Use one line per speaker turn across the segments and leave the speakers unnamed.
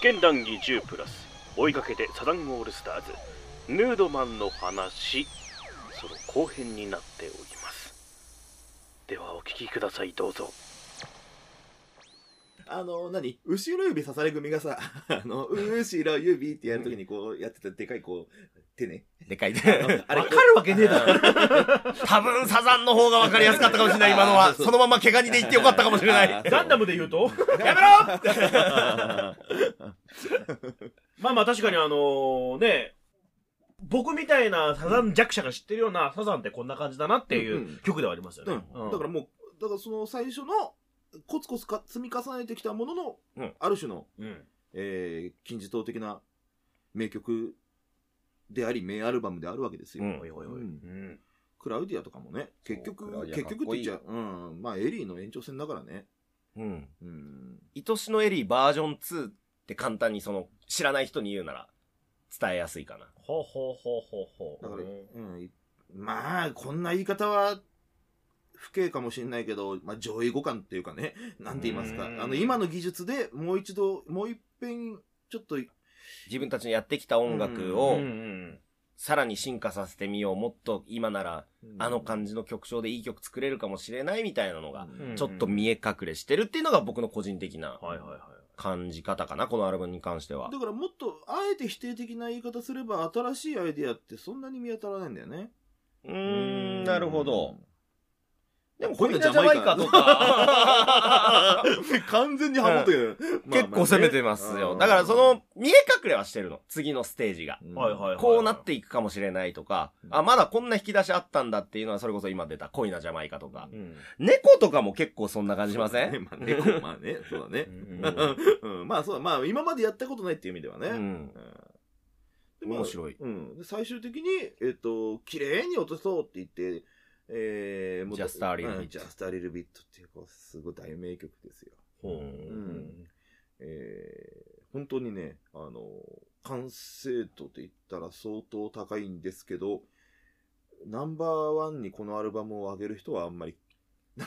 剣談義10プラス追いかけてサザンオールスターズヌードマンの話その後編になっておりますではお聞きくださいどうぞ
あの、何後ろ指刺され組がさ、 あの、後ろ指ってやるときにこうやってたでかいこう、手 ね。
でかい。
あれ
わかるわけねえだろ。
多分サザンの方が分かりやすかったかもしれない、今のは。 そのまま毛ガニで言ってよかったかもしれない。
あ
や
ー
ガンダムで言うと
めろ
まあまあ確かにあのね、僕みたいなサザン弱者が知ってるようなサザンってこんな感じだなってい
ん
う曲ではありますよ
う
ね
ん。
うん
だからもう、だからその最初の、コツコツか積み重ねてきたものの、
うん
ある種の、
うん
えー、金字塔的な名曲であり、名アルバムであるわけですよ。
うん
おいおいおい。う
う
んん。
クラウディアとかもね、結
そうクラウ
局、
ディア
結
かっ
局って
こい
言
い
っちゃう。うん。まあ、エリーの延長戦だからね。
うん。
うん。
愛しのエリーバージョン2って簡単にその、知らない人に言うなら、伝えやすいかな。
ほうほうほうほうほう。
だから、
うん
うん。いまあ、こんな言い方は、不敬かもしれないけど、まあ、上位互換っていうかね、 なんて言いますか
う。ん
あの、今の技術でもう一度、もう一遍、ちょっと、
自分たちのやってきた音楽
う
を、
ん
さらに進化させてみよう。もっと今なら、あの感じの曲調でいい曲作れるかもしれないみたいなのが、
うんうん
ちょっと見え隠れしてるっていうのが僕の個人的な
はいはいはい。
感じ方かな、このアルバムに関しては。
だからもっと、あえて否定的な言い方すれば、新しいアイディアってそんなに見当たらないんだよね。
うー、
うんん
なるほど。でも、
こ
こ
う
う
い
いうう
の
ジ
ジ
ャ
ャマ
マ
イ
イ
カ
カ
と
と
か
か。
完全にハモってる。まあ
結構攻めてますよ。だから、そ、の、見え隠れはしてるの。次のステージが。
まあ
はい
まあね
はいはい。
こうなっていくかもしれないとか
う、ん
あ、まだこんな引き出しあったんだっていうのは、それこそ今出た恋なジャマイカとか。
うん。
猫とかも結構そんな感じしません
まあ猫、まあね、そうだね
う。んうんうん
うん、まあそうだ、まあ今までやったことないっていう意味ではね。
う
うん
ん。
でも
面白い。
うん。で最終的に、えっ、と、綺麗に落とそうって言って、えー、もう
Just a little
う
bit
ん Just a little bit っていう、こう、すごい大名曲ですよ。
ほう
うんえー本当にね、あの完成度と言ったら相当高いんですけど、ナンバーワンにこのアルバムを上げる人はあんまり、
こ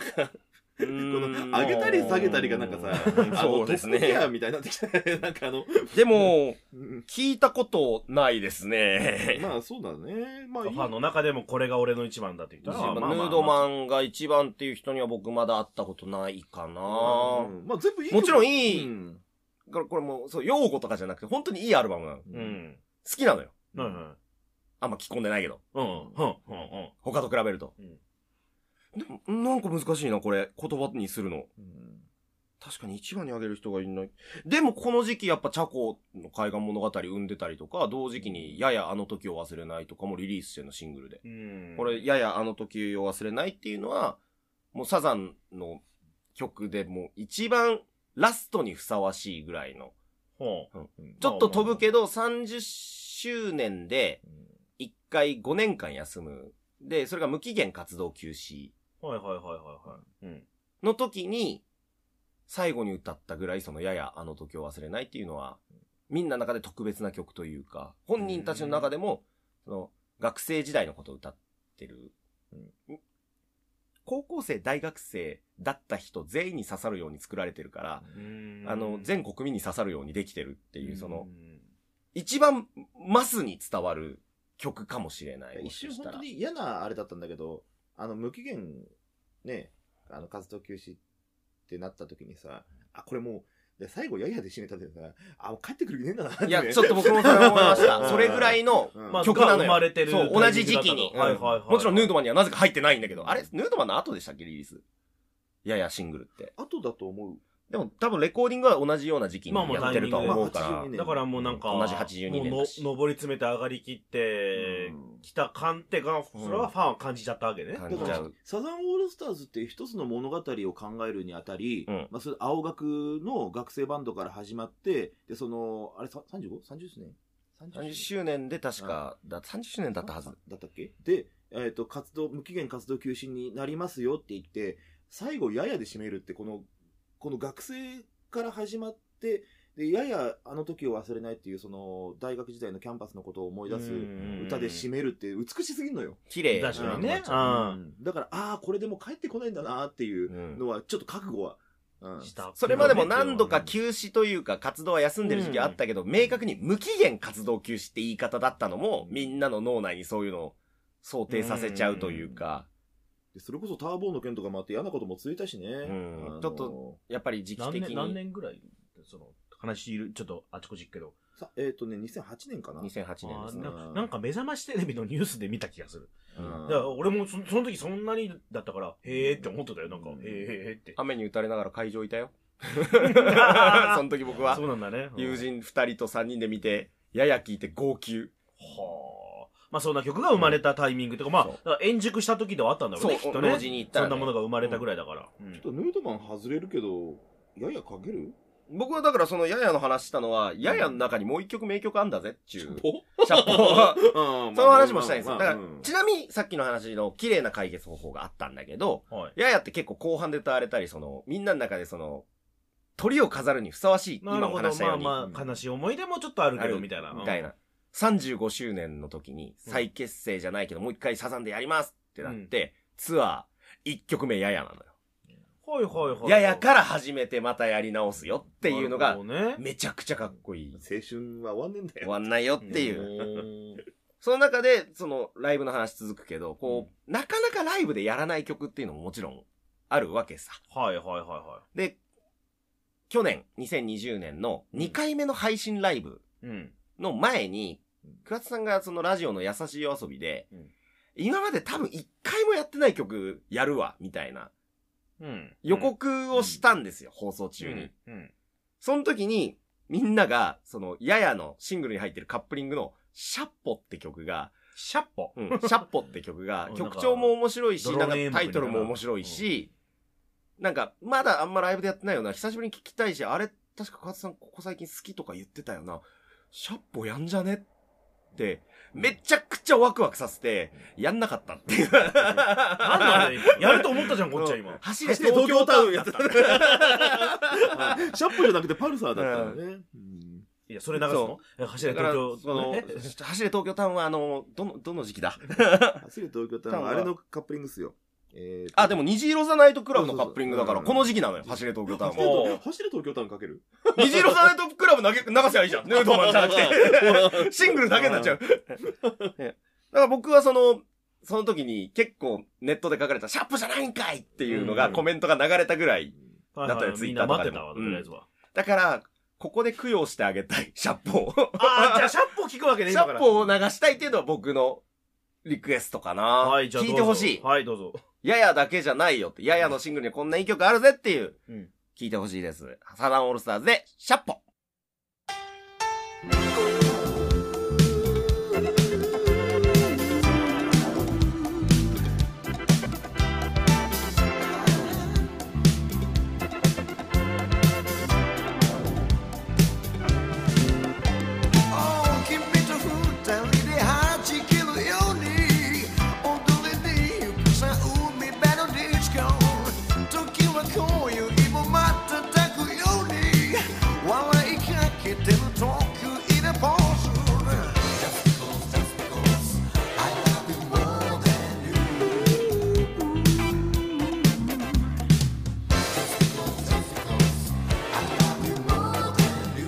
上げたり下げたりがなんかさ、あの
そうです
トップギア
ね。
みたいになってきた。なんかあの、
でも、
うん
聞いたことないですね。
まあそうだね。まあ
フ
いい
ァンの中でもこれが俺の一番だって言ったら、
まあ
まあまあまあ
ヌードマンが一番っていう人には僕まだ会ったことないかな。
うんまあ全部いい
もちろんいい
うん
だからこれもう、そう、用語とかじゃなくて、本当にいいアルバムなの。好
うん。
きなのよ。
はいはい。
あんま着込んでないけど。
うん。うん。うん。
他と比べると。
うん
でも、なんか難しいな、これ。言葉にするの。
うん
確かに一番にあげる人がいない。でもこの時期やっぱチャコの海岸物語生んでたりとか、同時期にややあの時を忘れないとかもリリースしてるのシングルで。
うん。
これ、、ややあの時を忘れないっていうのは、もうサザンの曲でもう一番ラストにふさわしいぐらいの。
ほう。
ちょっと飛ぶけど30周年で1回5年間休む。で、それが無期限活動休止
はいはいはいはいはい。うん。
の時に、最後に歌ったぐらいそのややあの時を忘れないっていうのは、みんなの中で特別な曲というか、本人たちの中でも、その学生時代のことを歌ってる。高校生、大学生だった人全員に刺さるように作られてるから、あの、全国民に刺さるようにできてるっていう、その、、一番マスに伝わる曲かもしれない。
一瞬
もしかした
本
ら
当に嫌なあれだったんだけど、あの、無期限、ね、あの、活動休止ってなった時にさ、あ、これもう、で最後、ややで締めたけどさ、あ、もう帰ってくる気ねえんだなってね、
いや、ちょっと僕もそれ思いまし
う ん
た。それぐらいの
うん、
まあ、
曲
曲
なの
が
よ
生まれてる。
そう同じ時期に
はいはいはい。
もちろんヌー
マ
ドマンにはなぜか入ってないんだけど、あれヌードマンの後でしたっけリリース。いやいや、シングルって。
後だと思う。
でも多分レコーディングは同じような時期に
まあもう
やってるとは思うか
タイ
ら
ミング。
だからもうなんか、
同じ82年
もう
だし
の上り詰めて上がりきって
うん
きた感ってが、それはファンは感じちゃったわけね。
感
だ
じ
か
ちゃ
ら
う。、
サザンオールスターズっていう一つの物語を考えるにあたり、
うん
まあ、それ青学の学生バンドから始まって、で、その、あれ、さ 35?30 ですね。
30周年で確か、だ30周年だったはず。
だったっけで、えっと活動無期限活動休止になりますよって言って最後ややで締めるってこのこの学生から始まってでややあの時を忘れないっていうその大学時代のキャンパスのことを思い出す歌で締めるって美しすぎるのよ、
綺麗
確かにね
うん
だからああこれでもう帰ってこないんだなっていうのはちょっと覚悟はうん
した
それまでも何度か休止というか活動は休んでる時期あったけど、明確に無期限活動休止って言い方だったのも、みんなの脳内にそういうのを想定させちゃうというか、
でそれこそターボーの件とかもあって嫌なことも続いたしね。
ん
あの
ちょっと、やっぱり時期
何
的
年、何
に
年ぐらいその、話いる、ちょっとあちこち行くけど。
さえっ、とね、2008年かな。
2008年
あ
で
ー
すね
な。なんか目覚ましテレビのニュースで見た気がする。
うん
だから俺もそその時そんなにだったから、へーって思ってたよ。なんか、へ
うん
ーへーへーって。
雨に打たれながら会場 いたよ。 その時僕は
そ、うなんだね。
友人2人と3人で見て、やや聞いて号泣。
はあ。まあそんな曲が生まれたタイミングとか、まあ、
そう
だから円熟した時ではあったんだろうね、き
そ
っ
う、
と
同
ね。
時に行った
そ
ら
んなもの
ね。
が生まれたぐらいだから。うん
ちょっとヌードマン外れるけど、ややかける
僕はだからそのややの話したのは、ややの中にもう一曲名曲あんだぜっていう。
お
シャッポは
そ
その話もしたいんですよ。だから
う、ん
ちなみにさっきの話の綺麗な解決方法があったんだけど、
はい。
ややって結構後半で歌われたり、その、みんなの中でその、鳥を飾るにふさわしい、
なる
今お
ほど
話し。た
ま
よ
あ
うに、
まあ、悲しい思い出もちょっとあるけ
あ
ど、
る
みたいな。
みたいな。35周年の時に再結成じゃないけど、もう一回サザンでやりますってなって、ツアー1曲目ややなのよ。
うん。はいはいはい。
ややから始めてまたやり直すよっていうの
な
が
る、ほどね。
めちゃくちゃかっこいい。
青春は終わんねえんだ
終
よ。
わんないよっていう。
う。
その中で、その、ライブの話続くけど、こう、なかなかライブでやらない曲っていうのももちろんあるわけさ。
はいはいはいは
で、去年、2020年の2回目の配信ライブ
い。うん。
の前に、倉田さんがそのラジオの優しい夜遊びで、
うん
今まで多分1回もやってない曲やるわ、みたいな
うん。
予告をしたんですよ、放送中に。
うん。
その時に、みんなが、その、ややのシングルに入ってるカップリングの、シャッポって曲が、
シャッ ポ。
うん、シャッポって曲が
う、ん
曲調も面白いし、
なん
な
か
んかタイトルも面白いし、なんか、まだあんまライブでやってないよな、久しぶりに聞きたいし、あれ、確か川津さん、ここ最近好きとか言ってたよな、シャッポやんじゃねって、めちゃくちゃワクワクさせて、やんなかったっていう。
なんだあれやると思ったじゃん、こっちは今。
走れ
走って
東
東京
京タ
タ
ウ
ウ
ン
ン
や
や
っ
ったた。
そ
シャップじゃなくてパルサーだったのね。うん
いや、それ流すのいや走れ
だから、
東
そ
京。
の
ね、
走れ東京タウンは、あの、どの、どの時期だ
走れ東京タ
タ
ウ
ウン
ン、
は
あれのカップリングっすよ。えーと
あ、でも、虹色ザナイトクラブのカップリングだか
そ
ら、
うそうそ
こ
う
の時期なのよ、走れ東京タウン
走
は
れ。
おう
東走れ東京タウンかける
虹色サネトップクラブ投げ、流せばいいじゃん。ヌートバーじゃなく て。シングルだけになっちゃう。ねだから僕はその、その時に結構ネットで書かれたシャップじゃないんかいっていうのが
うん
コメントが流れたぐらい。
はい
だった
は
よ
い
ツイ
み
ッ
ん
ター
な待
とかで
って
も
たわ、とりあえずは。
だから、ここで供養してあげたい。シャッポを。
ああ、じゃあシャッポ聞くわけね、
シ
今
ャ
から
ッポを流したいっていうのは僕のリクエストかな。
はい、じゃあ
聞
どうぞ
いてほし
はい、どうぞ。
い。ややだけじゃないよって。ややのシングルにこんないい曲あるぜっていう。
うん
聞いてほしいです。サザンオールスターズで、シャッポ。
君と二人で弾けるように踊れてゆくさ海辺のディスコ時は今宵も瞬くように笑いかけてる得意なポーズ Just because, just because I love you more than you Just because, just because I love you more than you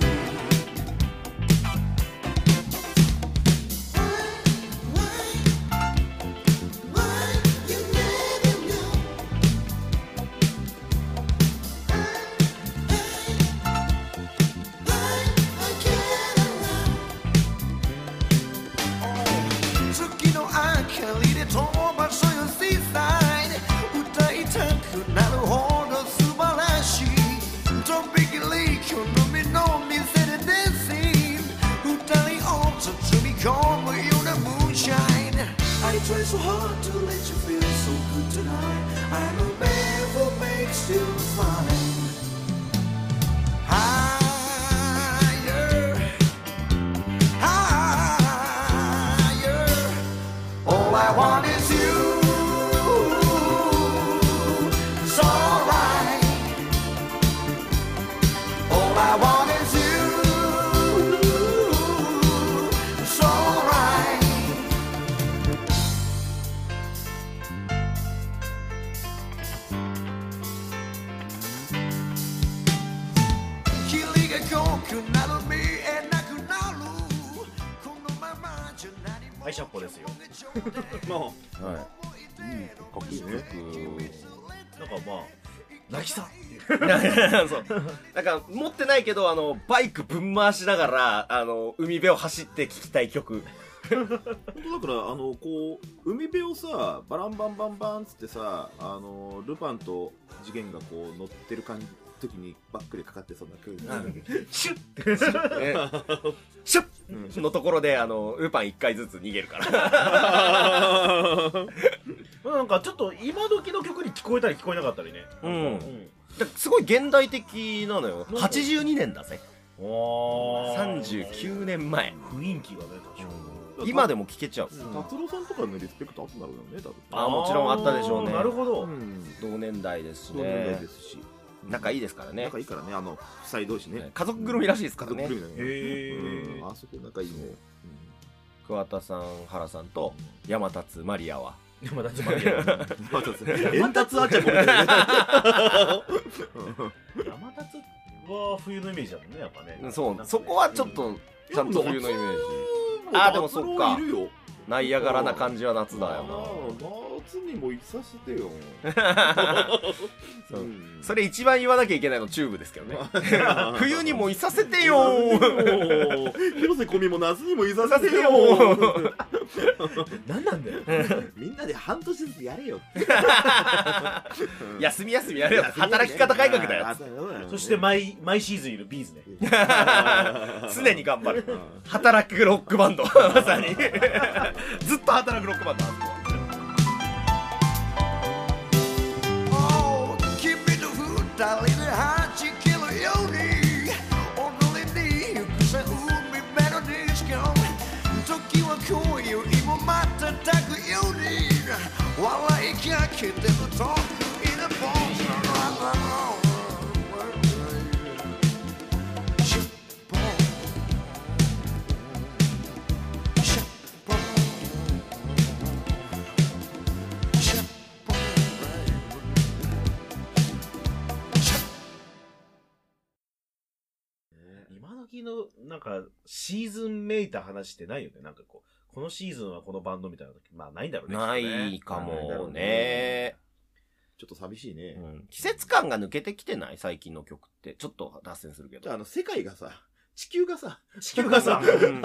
I try so hard to let you feel so good tonight. I will never make you fine. Higher. higher. All I want is you. It's alright. All I want is you. It's alright. くなる見えなくなるこのままじゃ何も
敗者っぽですよ
ま
は
あ、かっこいいね。
なんかまあ泣きさ
い。 そう。なんか、持ってないけど、あの、バイクぶん回しながら、あの、海辺を走って聴きたい曲。
本当だから、あの、こう、海辺をさ、バランバンバンバンっつってさ、あの、ルパンと次元がこう、乗ってる感じ、時にバックでかかってそうな曲。
シュッ て
ねシュッ
うん
のところで、あの、ルパン一回ずつ逃げるから。
なんかちょっと今時の曲に聞こえたり聞こえなかったりね
うん
う。ん
だからすごい現代的なのよ。82年だぜ。
おー
39年前。
雰囲気がね確かに
今でも聴けちゃう。
達郎さんとかのリスペクトあったんだろうね、多分。
あもちろんあったでしょうね
なるほど、
うん。
同年代ですし
同年代
ね
で。すし。
仲いいですからね
仲。いいからね、あの、夫妻同士ね。
家族ぐるみらしいですか
家
ら
族
ね
ぐる。みだね。
へー
うんあそこ仲いいね。
桑田さん原さんと山立マリアは
まだつまりや
また円達あっちゃご めんね。
山立は冬のイメージだもんねやっぱね
そう、
なんかね
そこはちょっとちゃんと冬のイメージあ
あ、
ー
で
で
も
も
そ
そ
っ
っ
か
か。
夏郎いるよ。
ナイアガラな感じは夏だ
あ
よ
ー夏にも行させてよ。
そう
うん
なそれ一番言わなきゃいけないのチューブですけどね 冬にもいさせてよ
広瀬込みも夏にもいさせて よ
何なんだよ
みんなで半年ずつやれよ
休み休みやれよ働き方改革だよ
そして毎毎シーズンいるビーズね
常に頑張る働くロックバンドまさにずっと働くロックバンドなんですよ
Oh, 君と二人で弾けるように踊りに行くぜ海辺のディスコ時は恋よ今またたくように笑いかけてると In a bones Shit,
今時のなんかシーズンめいた話ってないよねなんかこうこのシーズンはこのバンドみたいな時まあないんだろうね
ない
きっ
かも
ね
ね
ちょっと寂しいね
うん季節感が抜けてきてない最近の曲ってちょっと脱線するけ
じゃあ
ど
あの世界がさ地球がさ
とね地球がさ
うん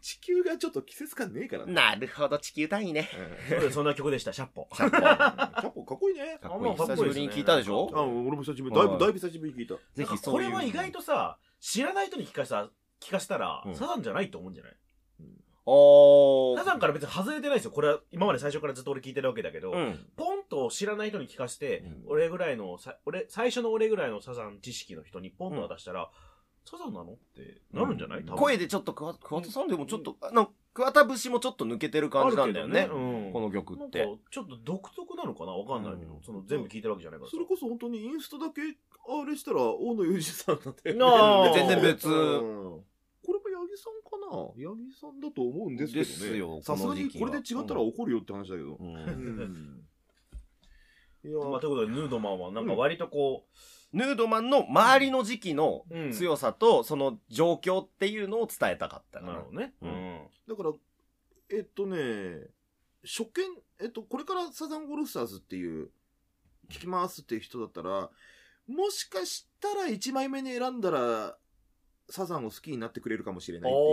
地球がちょっと季節感ねえから ね
なるほど、地球単位ね。
そう ですそんな曲でしたシャッポ
かっこいい
キャッポかっこいいね
かっこいいですね
久しぶりに聞いたでし
あ
ょ
俺も久しぶりだ
はい
いぶだいぶ久しぶりに聞いた
ぜ
なん
ひ
かこ
そうい
れ
う。
は意外とさ知らない人に聞かせた聞かせたら、
うん
サザンじゃないと思うんじゃない
お
サザンから別に外れてないですよこれは今まで最初からずっと俺聞いてるわけだけど、
うん。
ポンと知らない人に聞かせて、
うん
俺ぐらいのさ俺最初の俺ぐらいのサザン知識の人にポンと渡したら、サザンなのってなるんじゃない、多分
声でちょっと、桑桑田さんでもちょっと、あの、桑田節もちょっと抜けてる感じなんだよ
あ
ね
るけ。どうん、
この曲
な
っ
んか
て。
ちょっと独特なのかなわかんないけど、
うん
その全部聞いてるわけじゃないから
それこそ本当にインスタだけあれしたら大野裕二さんだって
なあ
全然別
うんこれも八木さんかな八木さんだと思うんですけどね
ですよ
さすが
この
に
時期
こ
は
れで違ったら怒るよって話だけど、
うん
うんいや
まあ、ということでヌードマンはなんか割とこ
ヌードマンの周りの時期の
う、うん
強さと、その状況っていうのを伝えたかった
なる
な
ほ。どね、
う
だからえっとね初見えっとこれからサザンオールスターズっていう聞きますっていう人だったらもしかしたら1枚目に選んだらサザンを好きになってくれるかもしれないっていう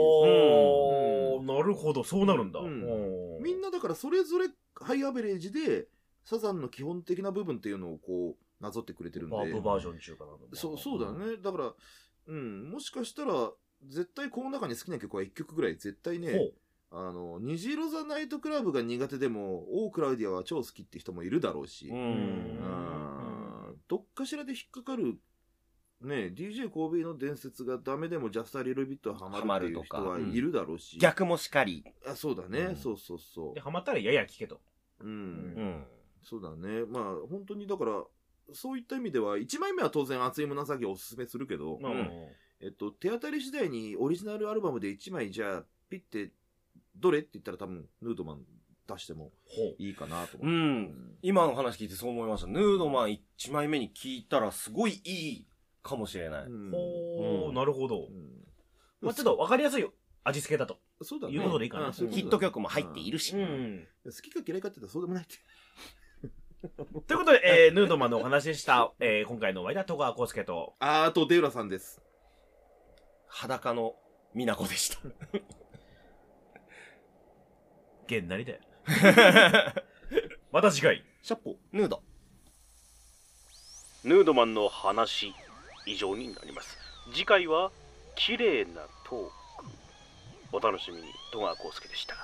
おー、なるほど、そうなるんだ。
うん
おー
みんなだからそれぞれハイアベレージでサザンの基本的な部分っていうのをこうなぞってくれてるんで
パープバージョン中かなと思
そうそうだよ。ねだからうんもしかしたら絶対この中に好きな曲は1曲ぐらい絶対
ほ
ね
う。
あの虹色ザナイトクラブが苦手でもオークラウディアは超好きって人もいるだろうし、
うん
ん
あーどっかしらで引っかかるね DJ コービーの伝説がダメでもジャスターリルビットはまるっていう人
ハマ
は
るとかうん
いるだろうし、
逆もしかり。
あそうだね、
うん
そうそうそ
で、ハマったらやや聞けと。
ううん
うん。
そうだね。まあ、本当にだから、そういった意味では、1枚目は当然熱い紫をおすすめするけど、
まあ
うん
えっと、手当たり次第にオリジナルアルバムで1枚じゃあ、ピッて、どれって言ったら多分、ヌードマン出しても
ほ
いいかなと思
う
って。
ん。今の話聞いてそう思いました。ヌードマン1枚目に聞いたらすごいいいかもしれない。
うん
う。ほ
う
うんなるほど
う。ん
まあちょっとわかりやすい味付けだと。
そうだね。
言うことでいいかな
あそういう
ヒ
こ
ッ
と
ト
だ
曲も入っているし。
ん。
好きか嫌いかって言ったらそうでもないって。
ということで、えー、ヌードマンのお話でした。 えー、今回のワイダ戸川康介と、
あーと、デウラさんです。
裸の美奈子でした。
ゲンなり だよ。また次回。
シャッポ。
ヌード。
ヌードマンの話以上になります次回は綺麗なトークお楽しみに戸川浩介でした